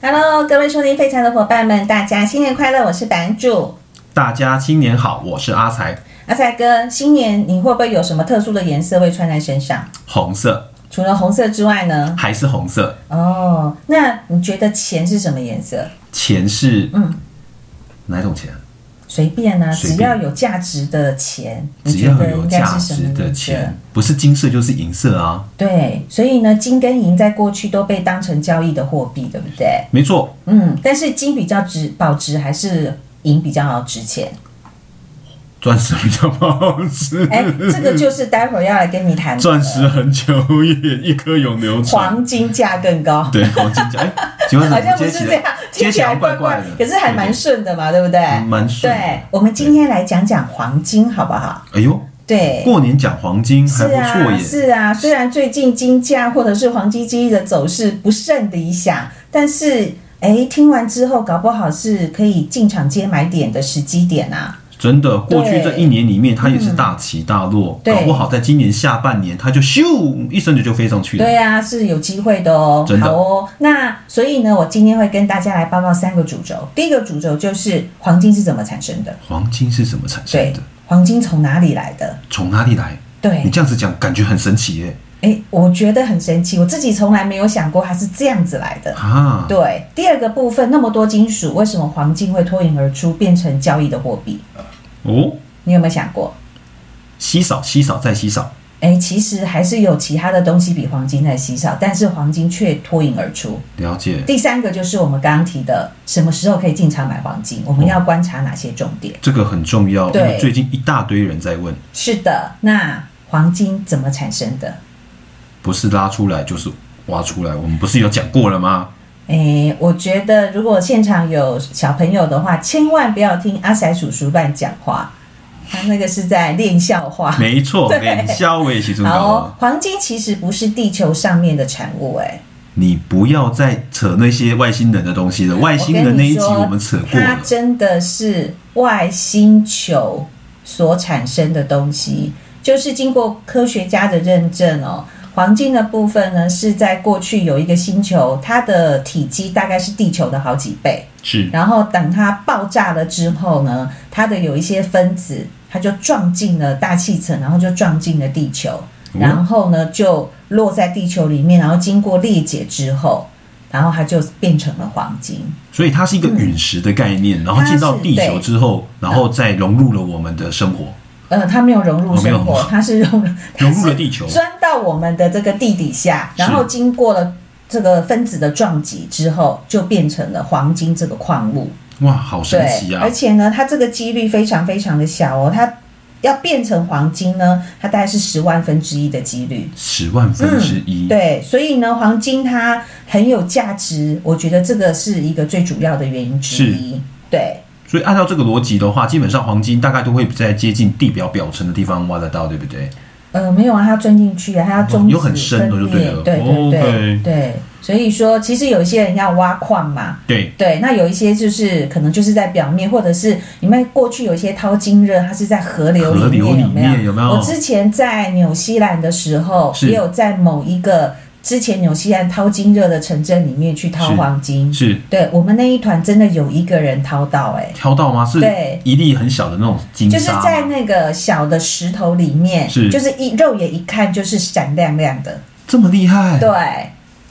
Hello，各位收听废柴的伙伴们，大家新年快乐！我是版主大家新年好，我是阿才，阿才哥。新年你会不会有什么特殊的颜色会穿在身上？红色除了红色之外呢？还是红色？哦，那你觉得钱是什么颜色？钱是嗯哪种钱？啊随便啊，随只便要有价值的钱，你只觉要得应有该价是什值么的颜色？钱，不是金色就是银色啊，对，所以呢，金跟银在过去都被当成交易的货币，对不对？没错。嗯，但是金比较值保值，还是银比较值钱？钻石比较不好吃，哎，这个就是待会儿要来跟你谈的钻石很久远，一颗永流传。黄金价更高，对，黄金甲。哎，请 问好怎么像不接是起这样来？，听 接起起来来怪怪怪怪的，可是还蛮顺的嘛，对不对？蛮顺的对，我们今天来讲讲黄金好不好？对对哎呦，对。过年讲黄金还是不错啊，耶。是啊，虽然最近金价或者是黄金基的走势不甚理想，但是哎，听完之后搞不好是可以进场接买点的时机点啊。真的，过去对这一年里面，它也是大起大落，对搞不好在今年下半年，它就咻一声就就飞上去了。对啊，是有机会的哦。真的好哦，那所以呢，我今天会跟大家来报告三个主轴。第一个主轴就是黄金是怎么产生的，黄金是怎么产生对的？，黄金从哪里来的？从哪里来？对你，这样子讲，感觉很神奇耶！哎，我觉得很神奇，我自己从来没有想过它是这样子来的。啊，对，第二个部分那么多金属，为什么黄金会脱颖而出，变成交易的货币？哦，你有没有想过？稀少，稀少再稀少，哎，其实还是有其他的东西比黄金在稀少，但是黄金却脱颖而出。了解，第三个就是我们刚刚提的，什么时候可以进场买黄金？我们要观察哪些重点？这个很重要，因对为最近一大堆人在问，是的，那黄金怎么产生的？不是拉出来就是挖出来，我们不是有讲过了 吗？诶，我觉得如果现场有小朋友的话，千万不要听阿仔叔叔乱讲话，他那个是在练笑话。没啊错，对连肖伟其中好、高哦，，黄金其实不是地球上面的产物、诶，你不要再扯那些外星人的东西了，外哎，星人那一集我们扯过它了，真的是外星球所产生的东西，就是经过科学家的认证哦。黄金的部分呢，是在过去有一个星球，它的体积大概是地球的好几倍。是然后等它爆炸了之后呢，它的有一些分子，它就撞进了大气层，然后就撞进了地球，哦然后呢就落在地球里面，然后经过裂解之后，然后它就变成了黄金。所以它是一个陨石的概念，然后进到地嗯它是球对之后，然后再融入了我们的生活，呃，它没有融入哦没有生活，融入它是融入 融入了地球钻到我们的这个地底下，是然后经过了这个分子的撞击之后，就变成了黄金这个矿物。哇，好神奇对，啊而！且呢，它这个几率非常非常的小哦，它要变成黄金呢，它大概是十万分之一的几率。十万分之一，嗯对，所以呢，黄金它很有价值，我觉得这个是一个最主要的原因之一。对，所以按照这个逻辑的话，基本上黄金大概都会在接近地表表层的地方挖得到，对不对？呃，没有啊，它钻进去啊，它要中哦子有很深的就分对裂了对对对、 OK 对，所以说其实有一些人要挖矿嘛，对，对，那有一些就是可能就是在表面，或者是你们过去有一些淘金热，它是在河流河里面，流里有没面有没有我之前在纽西兰的时候，是也有在某一个之前纽西兰淘金热的城镇里面去掏是黄金。是对我们那一团真的有一个人掏到、欸，挑到吗？是对一粒很小的那种金就是沙吗，在那个小的石头里面，是就是一肉眼一看就是闪亮亮的。这么厉害，对，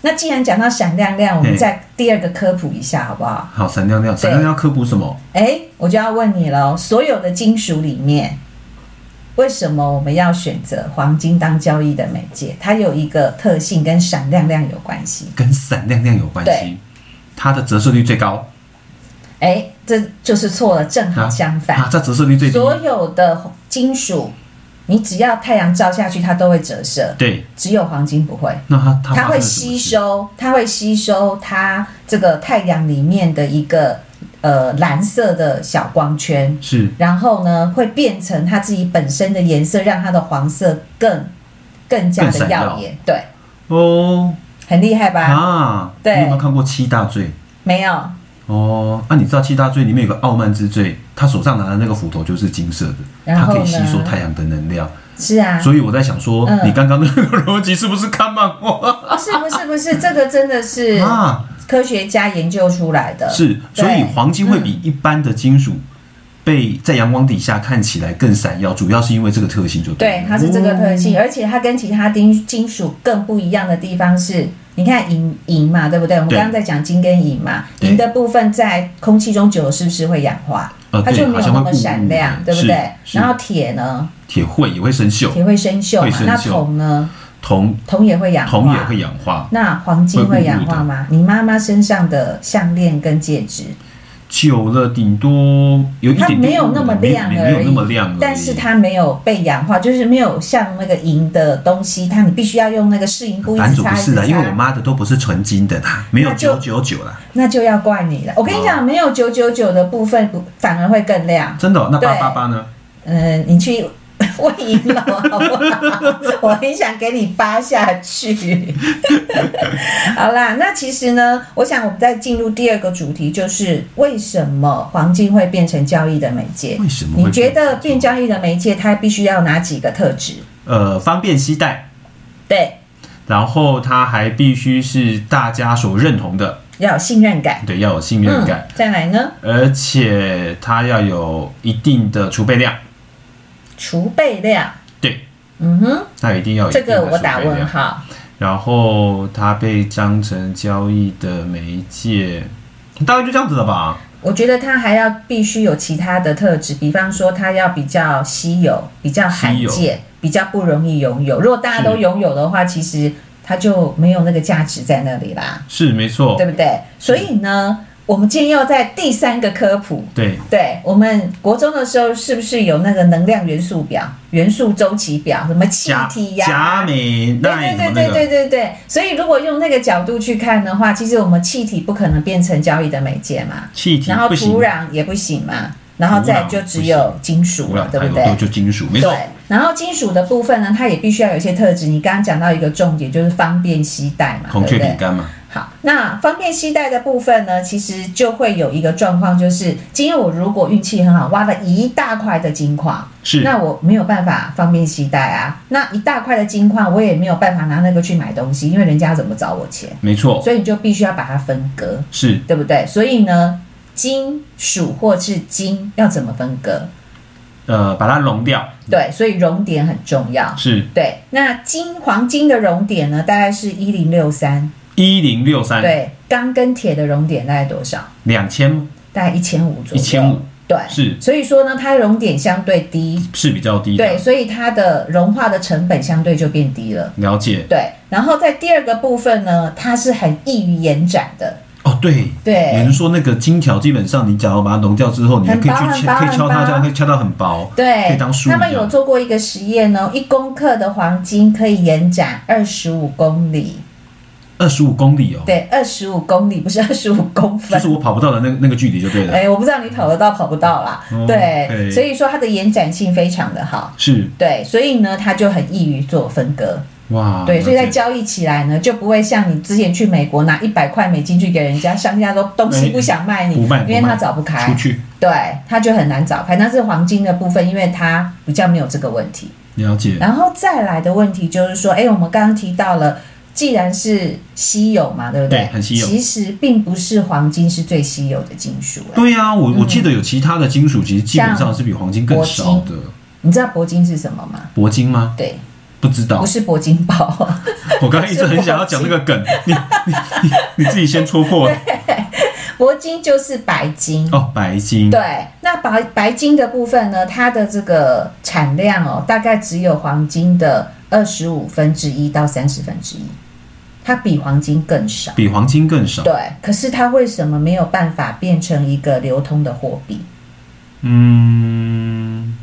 那既然讲到闪亮亮，我们嘿再第二个科普一下好不好？好，闪亮亮，闪亮亮科普什么？哎，我就要问你喽，所有的金属里面，为什么我们要选择黄金当交易的媒介？它有一个特性跟闪亮亮有关系。跟闪亮亮有关系对，它的折射率最高，哎，这就是错了，正好啊相反，啊，它折射率最低，所有的金属，你只要太阳照下去，它都会折射，对，只有黄金不会。那它它它发会生了什么吸事，收，它会吸收它这个太阳里面的一个呃蓝色的小光圈，是然后呢，会变成它自己本身的颜色，让它的黄色更更加的更闪耀耀眼。对，哦很厉害吧？啊，对你有没有看过七大罪？没有，哦，那、你知道七大罪里面有个傲慢之罪，他手上拿的那个斧头就是金色的，然它后可呢以吸收太阳的能量。是啊，所以我在想说，嗯你刚刚那个逻辑是不是看漫画哦是不是不是？这个真的是 啊？科学家研究出来的。是，对嗯所以黄金会比一般的金属被在阳光底下看起来更闪耀，主要是因为这个特性就嗯对，了它是这个特性，哦而且它跟其他金金属更不一样的地方是，你看银银嘛，对不对？我们对刚刚在讲金跟银嘛，对银的部分在空气中久了是不是会氧化？呃它对就没有好那像会么固闪固亮，对对不对？是是然后铁呢，铁会也会生锈，铁会生锈会嘛，生那锈铜呢，铜铜也会氧化，铜也会氧化，那黄金会会固氧固的化吗？你妈妈身上的项链跟戒指，久了顶多有一它点没点有雾那的么没有亮没而已，有那么亮而已，但是它没有被氧化，就是没有像那个银的东西，它你必须要用那个适应布一啊男直主擦，不一直是擦的，，因为我妈的都不是纯金的啦，没有那就九九九啦，那就要怪你了。我跟你哦讲，没有九九九的部分不反而会更亮。真的哦、那对八八八呢？嗯，你去问银楼好不好？我很想给你扒下去。 好啦，那其实呢，我想我们再进入第二个主题，就是为什么黄金会变成交易的媒介？为什么会你觉得变变交易的媒介，它必须要哪几个特质？呃，方便携带，对，然后它还必须是大家所认同的，要有信任感。对，要有信任感，嗯。再来呢，而且它要有一定的储备量，储备量，对，嗯哼，它一定要有一这定的个储我打备问量。号。然后它被当成交易的媒介，大概就这样子了吧？我觉得它还要必须有其他的特质，比方说它要比较稀有、比较罕稀有见、比较不容易拥有。如果大家是都拥有的话，其实它就没有那个价值在那里啦，是没错对，不对？所以呢，我们今天要在第三个科普。对，对我们国中的时候，是不是有那个能量元素表、元素周期表，什么气贾体呀、贾美奈对什对么那对对对个，对，所以如果用那个角度去看的话，其实我们气体不可能变成交易的媒介嘛，气体然后不行土，壤也不行嘛，然后再就只有金属土了壤，对太不多都对？就金属，对没错。，然后金属的部分呢，它也必须要有一些特质。你刚刚讲到一个重点，就是方便携带嘛，孔对雀不对饼？干嘛？好，那方便携带的部分呢，其实就会有一个状况，就是今天我如果运气很好，挖了一大块的金矿，是那我没有办法方便携带啊。那一大块的金矿，我也没有办法拿那个去买东西，因为人家怎么找我钱？没错，所以你就必须要把它分割，是对不对？所以呢，金属或是金要怎么分割？呃，把它溶掉，对，所以熔点很重要。是对，那金黄金的熔点呢，大概是一零六三。一零六三对，钢跟铁的熔点大概多少？两千大概一千五左一右。千五对，是所以说呢，它熔点相对低，是比较低对，的，所以它的融化的成本相对就变低了。了解对，然后在第二个部分呢，它是很易于延展的，哦，对。有对人说那个金条，基本上你假如把它溶掉之后，你还很可以薄很去薄敲，可以敲它，很薄这样可以敲到很薄。可对以当，树一他样们有做过一个实验哦，一公克的黄金可以延展二十五公里，二十五公里哦，对，二十五公里不是二十 五公就分是。我跑不到的那个那个距离就对了。哎，我不知道你跑得到跑不到啦，哦对， ，OK 所以说它的延展性非常的好，是对，所以呢，它就很易于做分割，哇，对，所以啊了在解交易起来呢，就不会像你之前去美国拿一百块美金去给人家，商家都东西不想卖你，不卖不因卖为他找不开出，去对，他就很难找开。但是黄金的部分，因为它比较没有这个问题。了解，然后再来的问题就是说，哎，我们刚刚提到了，既然是稀有嘛，对不对很稀有其实并不是黄金是最稀有的金属啊了。对呀，我我嗯记得有其他的金属，其实基本上是比黄金更铂金少的，你知道铂金是什么吗？铂金吗？对，不知道不，是铂金啊宝。我刚刚一直很想要讲那个梗，你你你你自己先戳破了 铂金就是白金。哦，白金对，那白白金的部分呢，它的这个产量哦，大概只有黄金的二十五分之一到三十分之一，它比黄金更少。比黄金更少，对，可是它为什么没有办法变成一个流通的货币？嗯，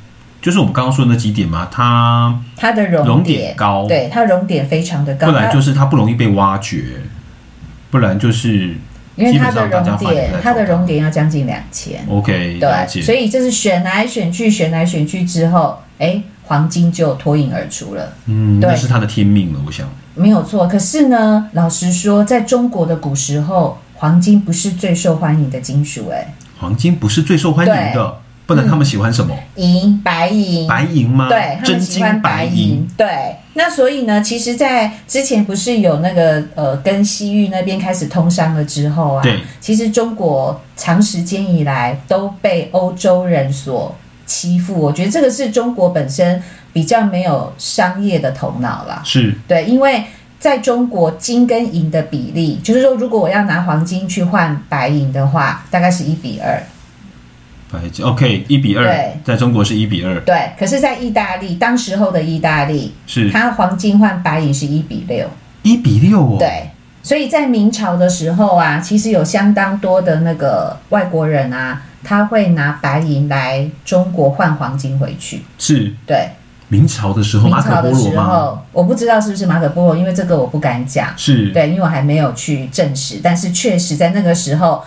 就是我们刚刚说的那几点嘛，它它的熔熔点高，对，它熔点非常的不高，然它就是它不容易被挖掘，不然就是因为它的基本上大熔家发现点不太，它的懂熔点要将近两千。 OK 了对，解，所以这是选来选去，选来选去之后，哎，黄金就脱颖而出了。嗯，对那是它的天命了，我想没有错，可是呢，老实说，在中国的古时候，黄金不是最受欢迎的金属、哎，黄金不是最受欢迎的，不然他们喜欢什么？银、白银，白银吗？嗯对，他啊真们喜金欢白白银银，对。那所以呢，其实，在之前不是有那个呃，跟西域那边开始通商了之后啊，对，其实中国长时间以来都被欧洲人所欺负，我觉得这个是中国本身比较没有商业的头脑啦。是对，因为在中国金跟银的比例，就是说，如果我要拿黄金去换白银的话，大概是一比二。白金 OK 一比二对，在中国是一比二，对，可是，在意大利，当时候的意大利，是它黄金换白银是一比六。一比六哦，对，所以在明朝的时候啊，其实有相当多的那个外国人啊，他会拿白银来中国换黄金回去。是对，明朝的时候，明哦马可朝波的罗时吗？候，我不知道是不是马可波罗，因为这个我不敢讲。是，对，因为我还没有去证实，但是确实在那个时候，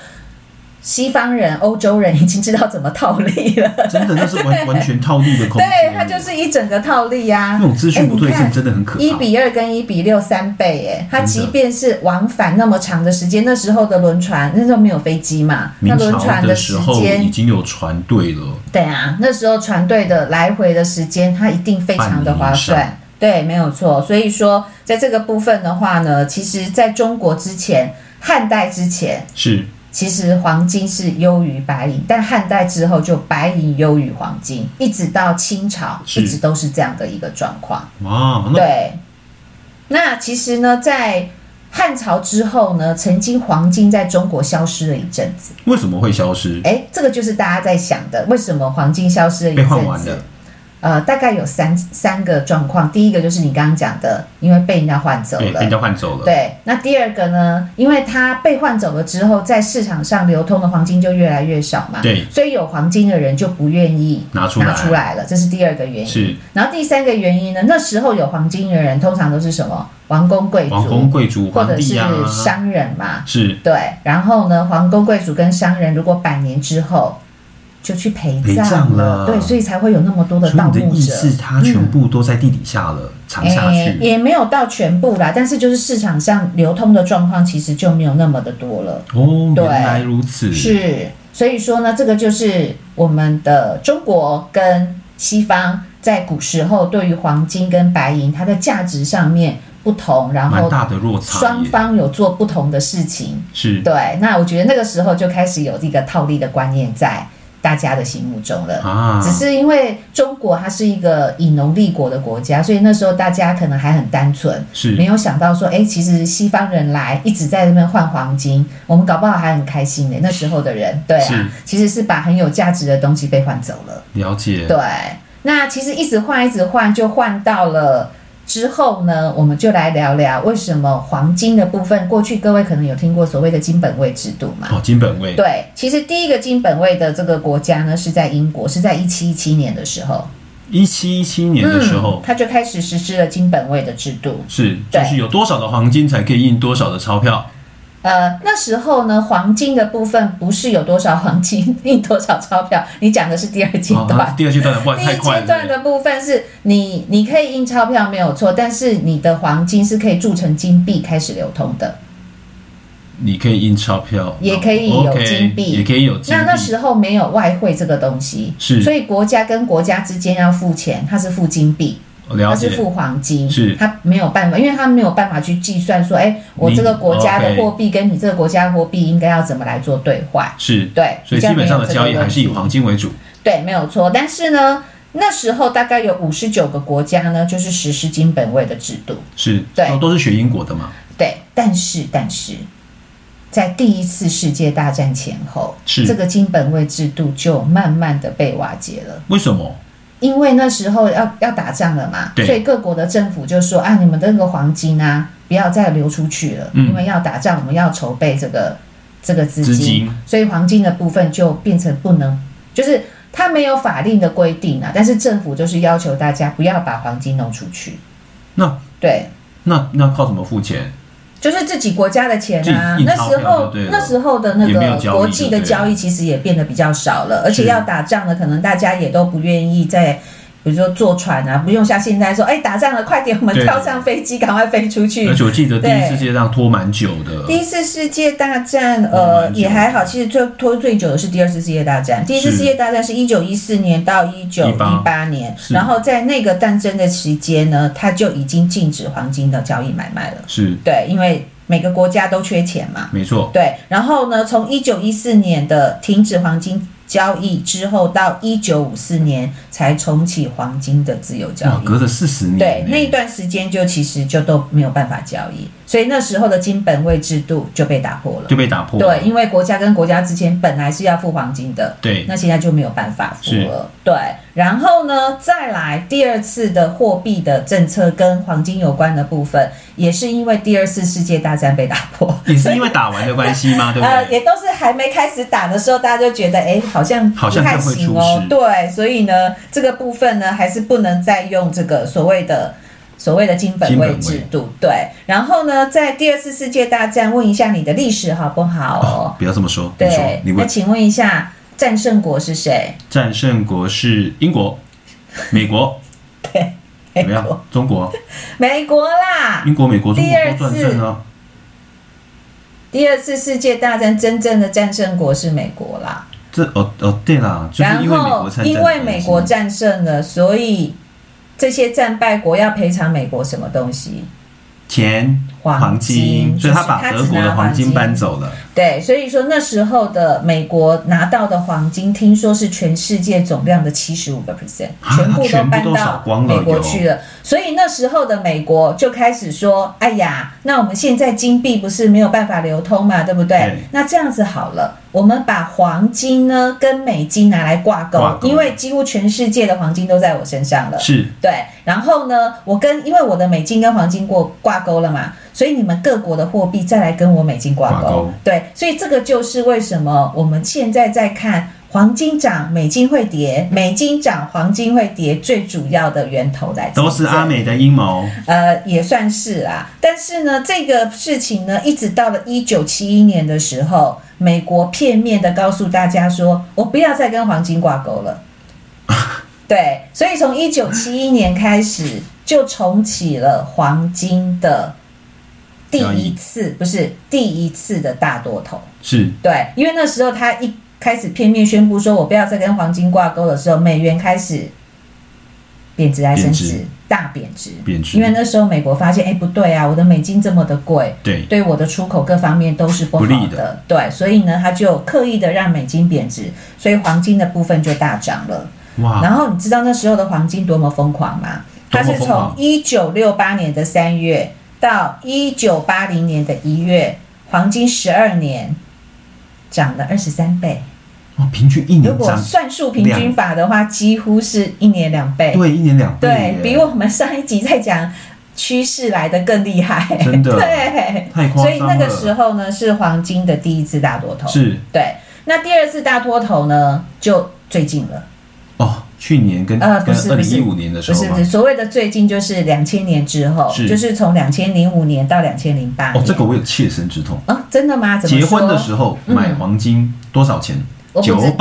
西方人、欧洲人已经知道怎么套利了。真的 那是完完全套利的空对间，，它就是一整个套利啊那。种资讯不对称，真的很可一怕。比二跟一比六三倍，哎，它真的即便是往返那么长的时间，那时候的轮船，那时候没有飞机嘛，那明轮朝船的时时候已间，经有船队了，对啊，那时候船队的来回的时间，它一定非常的划半年以算，对，没有错。所以说，在这个部分的话呢，其实在中国之前，汉代之前，是其实黄金是优于白银，但汉代之后就白银优于黄金，一直到清朝是一直都是这样的一个状况。哇，那对，那其实呢，在汉朝之后呢，曾经黄金在中国消失了一阵子。为什么会消失？哎，这个就是大家在想的，为什么黄金消失了一被换阵完子了？，呃，大概有三三个状况。第一个就是你刚刚讲的，因为被人家换走对，被了哎人。家换走了，对，那第二个呢？因为它被换走了之后，在市场上流通的黄金就越来越少嘛，对，所以有黄金的人就不愿意拿出拿来出来了，这是第二个原因。是然后第三个原因呢？那时候有黄金的人，通常都是什么王公贵王公族，贵族、或皇者是帝啊，商人嘛，是对。然后呢，王公贵族跟商人如果百年之后就去陪陪葬了对，所以才会有那么多所的以盗你的墓意者。嗯哎思，它全部都在地底下了，藏下诶去。也没有到全部啦，但是就是市场上流通的状况其实就没有那么的多了。哦，对原来如此，是，所以说呢，这个就是我们的中国跟西方在古时候对于黄金跟白银它的价值上面不同，然蛮后大的落差双耶，方有做不同的事情。是对，那我觉得那个时候就开始有这个套利的观念在大家的心目中了。啊，只是因为中国它是一个以农立国的国家，所以那时候大家可能还很单纯，没是有想到说，哎，其实西方人来一直在那边换黄金，我们搞不好还很开心 呢。那时候的人，对是啊，其实是把很有价值的东西被换走了。了解，对，那其实一直换，一直换，就换到了之后呢，我们就来聊聊为什么黄金的部分，过去各位可能有听过所谓的金本位制度嘛？哦，金本位对，其实第一个金本位的这个国家呢，是在英国，是在一七一七年的时候，一七一七年的时候嗯，他就开始实施了金本位的制度。是就对是有多少的黄金才可以印多少的钞票，呃，那时候呢，黄金的部分不是有多少黄金 印多少钞票，你讲的是第二阶哦，那段。第二阶段的哇，第一太快阶段了，的部分是你，你可以印钞票没有错，但是你的黄金是可以铸成金币开始流通的。你可以印钞票，哦也可以有 OK，金币也可以有金那那币，时候没有外汇这个东西，是所以国家跟国家之间要付钱，它是付金币，了它是解，付黄金，是它没有办法，因为它没有办法去计算说，哎，我这个你哦国家的 OK 货币跟你这个国家的货币应该要怎么来做兑换。是，对，所比以较基本上的没有这交个易还是以问题黄金为主，对，没有错。但是呢，那时候大概有五十九个国家呢，就是实施金本位的制度。是，对都都是学英国的嘛，对，但是但是，在第一次世界大战前后，是这个金本位制度就慢慢的被瓦解了。为什么？因为那时候要要打仗了嘛，对所以各国的政府就说啊，你们的那个黄金啊，不要再流出去了，嗯因为要打仗，我们要筹备这个这个资金，资金所以黄金的部分就变成不能，就是它没有法令的规定啊，但是政府就是要求大家不要把黄金弄出去，那对，那那靠什么付钱？就是自己国家的钱自啊己，印那钞票时候就对了那时候的那也没有交易个国际的就对了交易其实也变得比较少了，而且是要打仗了，可能大家也都不愿意再比如说坐船啊，不用像现在说，哎，打仗了，快点，我们对跳上飞机，赶快飞出去而。且我记得第一对次世界上拖蛮久的，第一次世界大战，哦呃，蛮久也还好。其实最拖最久的是第二次世界大战。第一次是世界大战是一九一四年到一九一八年，是然后在那个战争的期间呢，它就已经禁止黄金的交易买卖了。是对，因为每个国家都缺钱嘛。没错，对，然后呢，从一九一四年的停止黄金交易之后，到一九五四年才重启黄金的自由交哇，易。哦隔了四十年对，呢，那一段时间就其实就都没有办法交易，所以那时候的金本位制度就被打破了。就被打破了，对，因为国家跟国家之间本来是要付黄金的，对那现在就没有办法付是了。对，然后呢，再来第二次的货币的政策跟黄金有关的部分，也是因为第二次世界大战被打破，也是因为打完的关系吗？对 不呃，对？也都是还没开始打的时候，大家就觉得，哎，好像好像不太更会行出哦事。对，所以呢，这个部分呢，还是不能再用这个所谓的。所谓的金本位制度，对。然后呢，在第二次世界大战，问一下你的历史好不好哦？啊不要这么说，你说对，你那问请问一下，战胜国是谁？战胜国是英国、美国，哎 美怎么样国，？中国、美国啦。英国、美国、中第二国次都战胜啊，第二次世界大战真正的战胜国是美国啦。这哦哦对啦，就是然因为美国后参战的因关为系，美国战胜了，所以这些战败国要赔偿美国什么东西？钱黄金，所以他把就是德只国拿的黄金搬金。走了，对，所以说那时候的美国拿到的黄金，听说是全世界总量的七十五个 percent，啊全部全部搬都扫到光了美国哟去了。所以那时候的美国就开始说：“哎呀，那我们现在金币不是没有办法流通嘛，对不对？对那这样子好了，我们把黄金呢跟美金拿来挂钩，挂钩因为几乎全世界的黄金都在我身上了。”是对，然后呢，我跟因为我的美金跟黄金过挂钩了嘛，所以你们各国的货币再来跟我美金挂钩。挂钩对，所以这个就是为什么我们现在在看黄金涨，美金会跌；美金涨，黄金会跌，最主要的源头来自于都是这阿美的阴谋，呃，也算是啦、但是呢，这个事情呢，一直到了一九七一年的时候，美国片面的告诉大家说，我不要再跟黄金挂钩了。对，所以从一九七一年开始，就重启了黄金的第交一易次，不是第一次的大多头。是对，因为那时候他一开始片面宣布说我不要再跟黄金挂钩的时候，美元开始贬值还升贬值值，大贬值。贬值因为那时候美国发现，哎，不对啊，我的美金这么的贵，对，对我的出口各方面都是不好不利的对，所以呢，他就刻意的让美金贬值，所以黄金的部分就大涨了。哇，然后你知道那时候的黄金多么疯狂吗？它啊多么是从疯狂一九六八年的三月到一九八零年的一月，黄金十二年涨了二十三倍。哇平均一如年果涨，算数平均法的话，几乎是一年两倍。对，一年两倍对耶，比我们上一集在讲趋势来的更厉害。真的对，太夸张了，所以那个时候呢，是黄金的第一次大多头。是对，那第二次大多头呢，就最近了。哦，去年跟呃不跟是不二零是一五年的时不候是不吗是，？所谓的最近就是两千年之后，是就是从两千零五年到两千零八年。哦，这个我有切身之痛。啊，真的吗？怎么结婚的候时候嗯买黄金多少钱？我不知道900，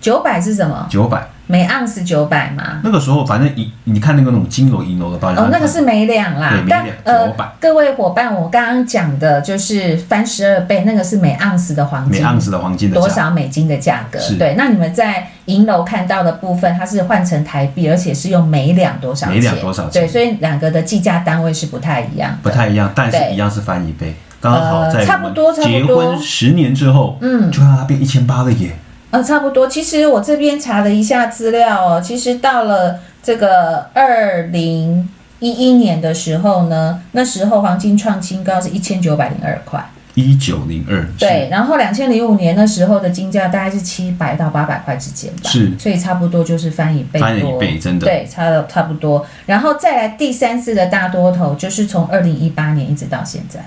九百是什么？九百。每盎司九百吗？那个时候反正一你看那个那种金楼银楼的包，然哦后，那个是每两啦嗯对，每但两呃900，各位伙伴，我刚刚讲的就是翻十二倍，那个是每盎司的黄每金，盎司的黄金的多价，少美金的价格是？对，那你们在银楼看到的部分，它是换成台币，而且是用每两多少钱？每两多少钱对，所以两个的计价单位是不太一样的。不太一样，但对是一样是翻一倍，刚好呃在差我不们多差不结多婚十年之后，嗯就让它变一千八了耶。呃，差不多。其实我这边查了一下资料哦，其实到了这个二零一一年的时候呢，那时候黄金创新高是一千九百零二块，一九零二，对。然后两千零五年那时候的金价大概是七百到八百块之间吧，是所以差不多就是翻一倍多，翻了一倍真的对，差了差不多。然后再来第三次的大多头，就是从二零一八年一直到现在。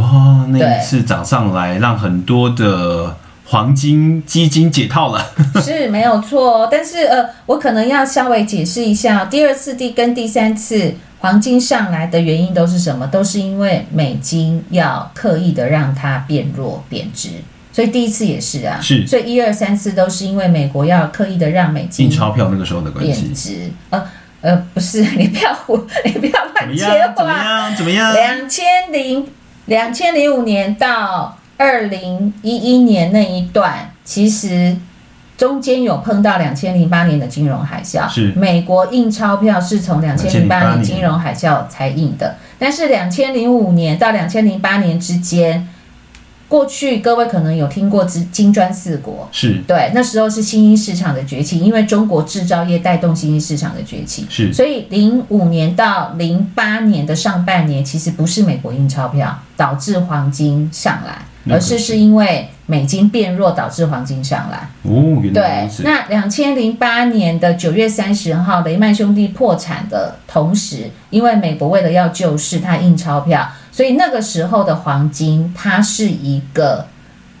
哇，那对一次涨上来，让很多的黄金基金解套了。 是没有错哦，但是呃，我可能要稍微解释一下哦、第二次第跟第三次黄金上来的原因都是什么？都是因为美金要刻意的让它变弱贬值，所以第一次也是啊，是所以一二三四都是因为美国要刻意的让美金印钞票那个时候的关系贬。值，呃呃，不是， 你不要胡，你不要怎乱么接样？怎么话。样？怎么样？两千零两千零五年到二零一一年那一段，其实中间有碰到两千零八年的金融海啸。是美国印钞票是从两千零八2008年年金融海啸才印的，但是两千零五年到两千零八年之间，过去各位可能有听过金金砖四国。是对，那时候是新兴市场的崛起，因为中国制造业带动新兴市场的崛起。是所以零五年到零八年的上半年，其实不是美国印钞票导致黄金上来，那而可是是是因为美金变弱导致黄金上来。哦，原来对如，此。那两千零八年的九月三十号，雷曼兄弟破产的同时，因为美国为了要救市，它印钞票，所以那个时候的黄金，它是一个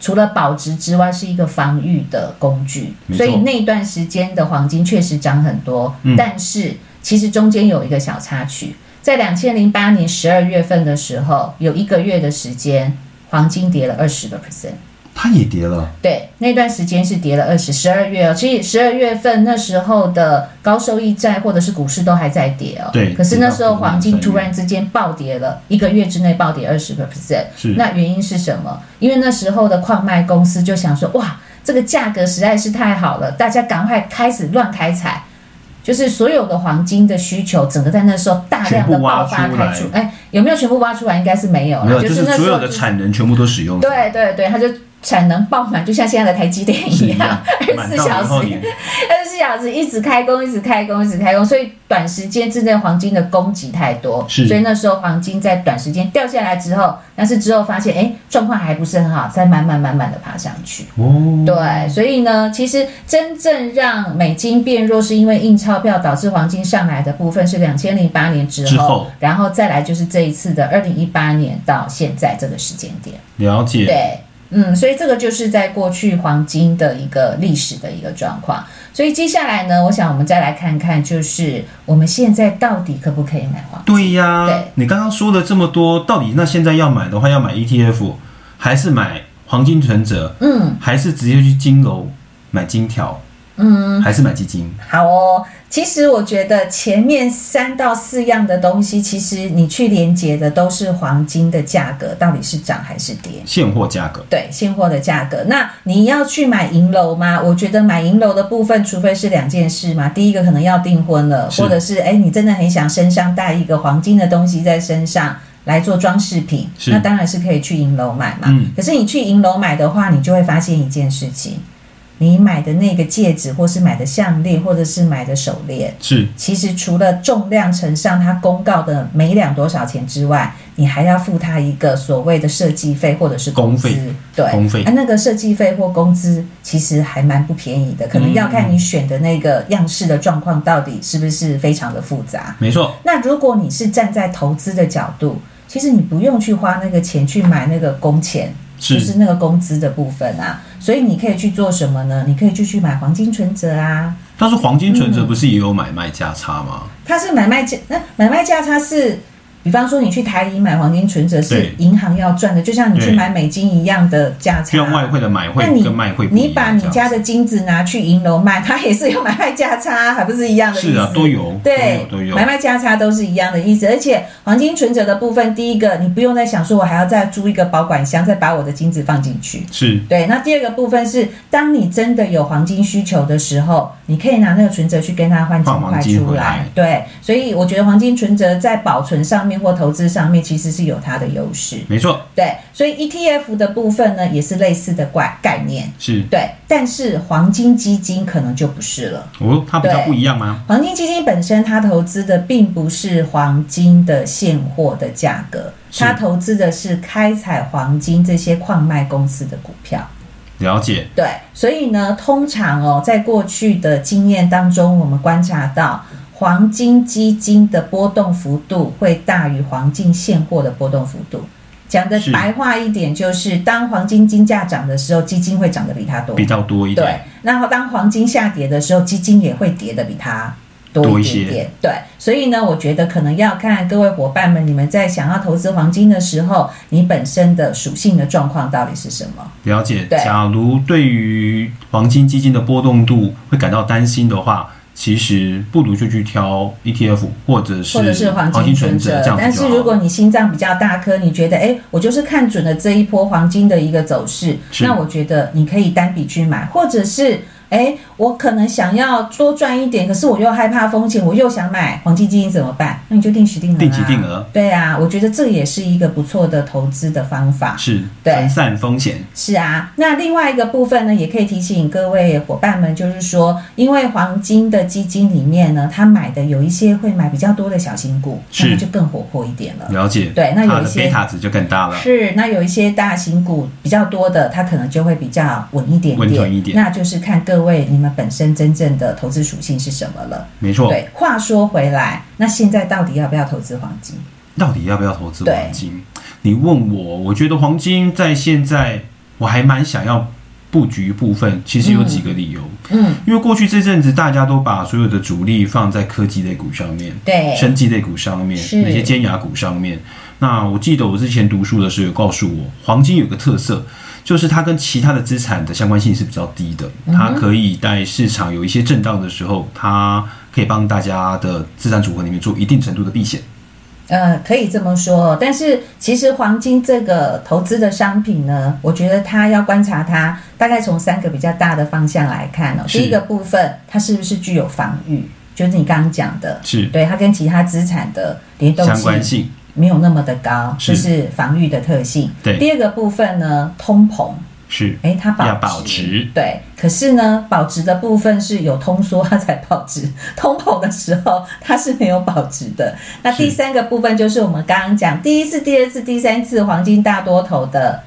除了保值之外，是一个防御的工具。没所错以那段时间的黄金确实涨很多，嗯但是其实中间有一个小插曲，在两千零八年十二月份的时候，有一个月的时间，黄金跌了二十个 percent。它也跌了，对，那段时间是跌了二十，十二月哦，其实十二月份那时候的高收益债或者是股市都还在跌哦。对可是那时候黄金跌到突然之间暴跌了，一个月之内暴跌二十个 percent。是那原因是什么？因为那时候的矿卖公司就想说，哇，这个价格实在是太好了，大家赶快开始乱开采，就是所有的黄金的需求，整个在那时候大量的全部挖爆发出开来出。哎，有没有全部挖出来？应该是没有啦，没有，就就是那所时候有的就是产能全部都使用，对对对，它就产能爆满，就像现在的台积电是一样一样， 二，十满四到小零后时，年，二十四小时一直开工，一直开工，一直开工，所以短时间之内黄金的供给太多，是所以那时候黄金在短时间掉下来之后，但是之后发现，哎，状况还不是很好，再慢慢慢慢的爬上去。哦，对，所以呢，其实真正让美金变弱，是因为印钞票导致黄金上来的部分是两千零八年之后，之后然后再来就是这一次的二零一八年到现在这个时间点。了解，对，嗯，所以这个就是在过去黄金的一个历史的一个状况。所以接下来呢，我想我们再来看看，就是我们现在到底可不可以买黄金？对呀对，你刚刚说了这么多，到底那现在要买的话，要买 ETF 还是买黄金存折，嗯还是直接去金楼买金条，嗯，还是买基金？好哦。其实我觉得前面三到四样的东西，其实你去连接的都是黄金的价格到底是涨还是跌。现货价格对现货的价格。那你要去买银楼吗？我觉得买银楼的部分，除非是两件事嘛，第一个可能要订婚了，是或者是哎，你真的很想身上带一个黄金的东西在身上。来做装饰品，是那当然是可以去银楼买嘛。嗯可是你去银楼买的话，你就会发现一件事情：你买的那个戒指，或是买的项链，或者是买的手链，是其实除了重量乘上它公告的每两多少钱之外，你还要付它一个所谓的设计费或者是工资工费。对，工费啊，那个设计费或工资其实还蛮不便宜的，可能要看你选的那个样式的状况到底是不是非常的复杂。没错，那如果你是站在投资的角度，其实你不用去花那个钱去买那个工钱，就是是那个工资的部分啊。所以你可以去做什么呢？你可以就去买黄金存折啊，但是黄金存折不是也有买卖价差吗？它是买卖价，那买卖价差是，比方说你去台银买黄金存折是对银行要赚的，就像你去对买美金一样的价差。就像外汇的买那汇你跟卖汇不一样你把你这样家的金子拿去银楼卖，它也是有买卖价差，还不是一样的意思？是啊，都有，对都有，都，有买。卖价差都是一样的意思，而且黄金存折的部分，第一个你不用再想说我还要再租一个保管箱，再把我的金子放进去。是对，那第二个部分是，当你真的有黄金需求的时候，你可以拿那个存折去跟它换钱换块黄金出回来来。对，所以我觉得黄金存折在保存上面或投资上面其实是有它的优势。没错，对，所以 ETF 的部分呢也是类似的概概念。是对，但是黄金基金可能就不是了。哦，它比较不一样吗？黄金基金本身，它投资的并不是黄金的现货的价格，是它投资的是开采黄金这些矿脉公司的股票。了解，对，所以呢，通常哦，在过去的经验当中，我们观察到黄金基金的波动幅度会大于黄金现货的波动幅度。讲的是白话一点，就是当黄金金价涨的时候，基金会涨得比它多比。较多一对点，，然后当黄金下跌的时候，基金也会跌得比它多多一一点些点。对，所以呢，我觉得可能要看各位伙伴们，你们在想要投资黄金的时候，你本身的属性的状况到底是什么？了解。对假如对于黄金基金的波动度会感到担心的话，其实不如就去挑 ETF 或者是或者是黄金存折这样子但就是好如果你心脏比较大颗，你觉得哎，诶我就是看准了这一波黄金的一个走势，是那我觉得你可以单笔去买，或者是哎，我可能想要多赚一点，可是我又害怕风险，我又想买黄金基金怎么办？那你就定时定额、啊，定期定额。对啊，我觉得这也是一个不错的投资的方法。是对分散风险，是啊，那另外一个部分呢，也可以提醒各位伙伴们，就是说，因为黄金的基金里面呢，他买的有一些会买比较多的小型股，是嗯那就更活泼一点了。了解。对那有一它的些贝塔值就更大了。是，那有一些大型股比较多的，它可能就会比较稳一点稳点，妥一点那就是看各位你们本身真正的投资属性是什么了。没错。对，话说回来，那现在到底要不要投资黄金？到底要不要投资对黄金？你问我，我觉得黄金在现在我还蛮想要布局一部分，其实有几个理由。嗯，因为过去这阵子大家都把所有的主力放在科技类股上面、对，生技类股上面、哎是那些尖牙股上面。那我记得我之前读书的时候有告诉我，黄金有个特色，就是它跟其他的资产的相关性是比较低的，嗯它可以在市场有一些震荡的时候，它可以帮大家的资产组合里面做一定程度的避险。呃，可以这么说，但是其实黄金这个投资的商品呢，我觉得它要观察它，大概从三个比较大的方向来看哦。是第一个部分，它是不是具有防御，就是你刚刚讲的，是对它跟其他资产的联动相关性性没有那么的高，是这是防御的特性。对第二个部分呢，通膨，是诶，它保要值，保值对，可是呢，保值的部分是有通缩它才保值，通膨的时候它是没有保值的。那第是三个部分就是我们刚刚讲第一次、第二次、第三次黄金大多头的。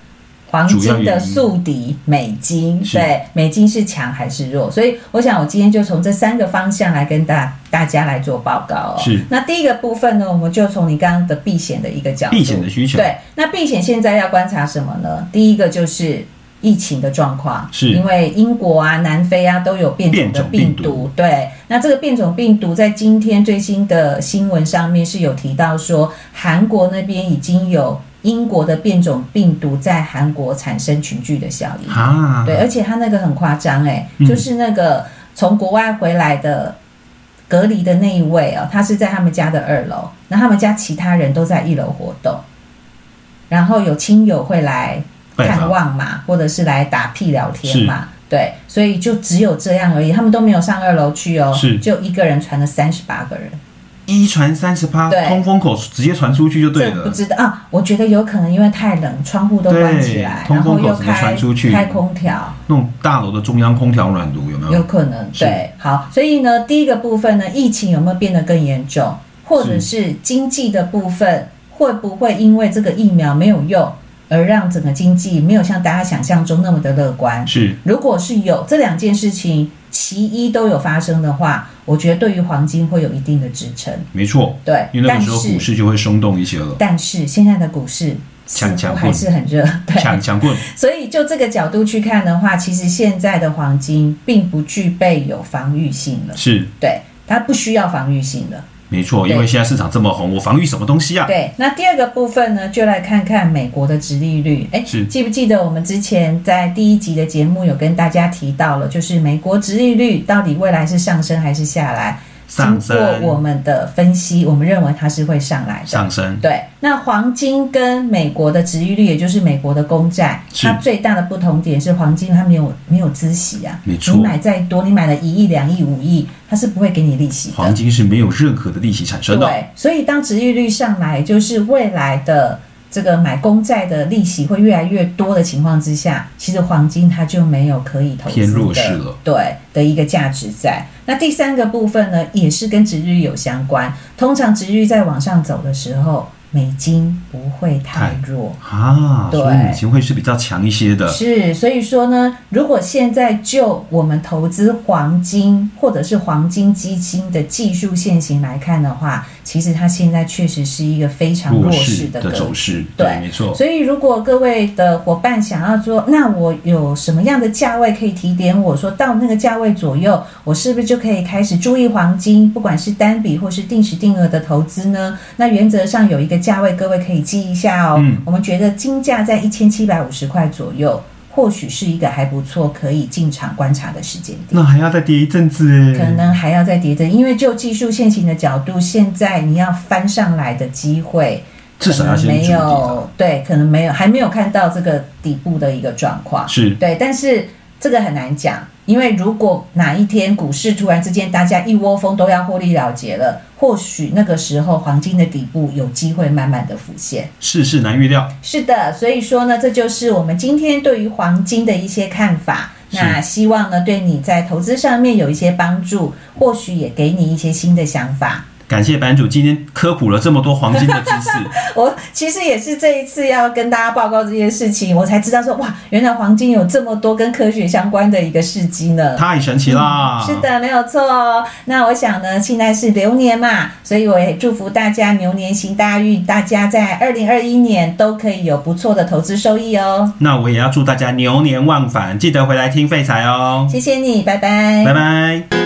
黄主要金原的因宿敌美金，是对美金是强还是弱？所以我想，我今天就从这三个方向来跟大大家来做报告哦。是那第一个部分呢，我们就从你刚刚的避险的一个角度，避险的需求。对，那避险现在要观察什么呢？第一个就是疫情的状况，是因为英国啊、南非啊都有变种变的种病病毒对，那这个变种病毒在今天最新的新闻上面是有提到说，韩国那边已经有英国的变种病毒在韩国产生群聚的效应。啊，对，而且他那个很夸张哎，嗯就是那个从国外回来的隔离的那一位哦，他是在他们家的二楼，然后他们家其他人都在一楼活动，然后有亲友会来拜看访望嘛，或者是来打屁聊天嘛。对，所以就只有这样而已，他们都没有上二楼去哦，是就一个人传了三十八个人，一传三十趴对，通风口直接传出去就对这不了。知道啊，我觉得有可能因为太冷，窗户都关起来，对然后通风又口怎么开传出去开空调，那种大楼的中央空调暖炉有没有有？可能嗯是对。好，所以呢，第一个部分呢，疫情有没有变得更严重，或者是经济的部分会不会因为这个疫苗没有用，而让整个经济没有像大家想象中那么的乐观？是如果是有这两件事情，其一都有发生的话，我觉得对于黄金会有一定的支撑。没错，对，因为那但个时候股是市就会松动一些了，但是现在的股市似强乎强还是很热，对，抢抢棍所以就这个角度去看的话，其实现在的黄金并不具备有防御性了。是对，它不需要防御性的。没错，对因为现在市场这么红，我防御什么东西啊？对，那第二个部分呢，就来看看美国的殖利率。哎，是记不记得我们之前在第一集的节目有跟大家提到了，就是美国殖利率到底未来是上升还是下来？上经过我升们的分析，我们认为它是会上来的。上升对，那黄金跟美国的殖利率，也就是美国的公债，是它最大的不同点是黄金它没有没有孳息啊，没错你买再多，你买了一亿、两亿、五亿，它是不会给你利息的。黄金是没有任何的利息产生的，对，所以当值利率上来，就是未来的这个买公债的利息会越来越多的情况之下，其实黄金它就没有可以投资的偏弱势了对的一个价值在。那第三个部分呢，也是跟值率有相关。通常值率在往上走的时候，美金不会太太弱。啊，对所以美金会是比较强一些的，是，所以说呢，如果现在就我们投资黄金或者是黄金基金的技术现行来看的话，其实它现在确实是一个非常弱弱势势的的个走势，对没错，所以，如果各位的伙伴想要做，那我有什么样的价位可以提点我说到那个价位左右，我是不是就可以开始注意黄金，不管是单笔或是定时定额的投资呢？那原则上有一个价位，各位可以记一下哦。嗯我们觉得金价在一千七百五十块左右，或许是一个还不错可以进场观察的时间点。那还要再跌一阵子哎，可能还要再跌增，因为就技术线型的角度，现在你要翻上来的机会，至少要可能先没筑底啊，有对，可能没有，还没有看到这个底部的一个状况。是对，但是这个很难讲，因为如果哪一天股市突然之间大家一窝蜂都要获利了结了，或许那个时候黄金的底部有机会慢慢的浮现。世事难预料，是的，所以说呢，这就是我们今天对于黄金的一些看法。是那希望呢，对你在投资上面有一些帮助，或许也给你一些新的想法。感谢版主今天科普了这么多黄金的知 识。我其实也是这一次要跟大家报告这件事情，我才知道说，哇，原来黄金有这么多跟科学相关的一个事迹呢。太神奇啦！嗯是，的，没有错哦。那我想呢，现在是流年嘛，所以我也祝福大家牛年行大运，大家在二零二一年都可以有不错的投资收益哦。那我也要祝大家牛年忘返，记得回来听废材哦，谢谢你，拜拜拜拜。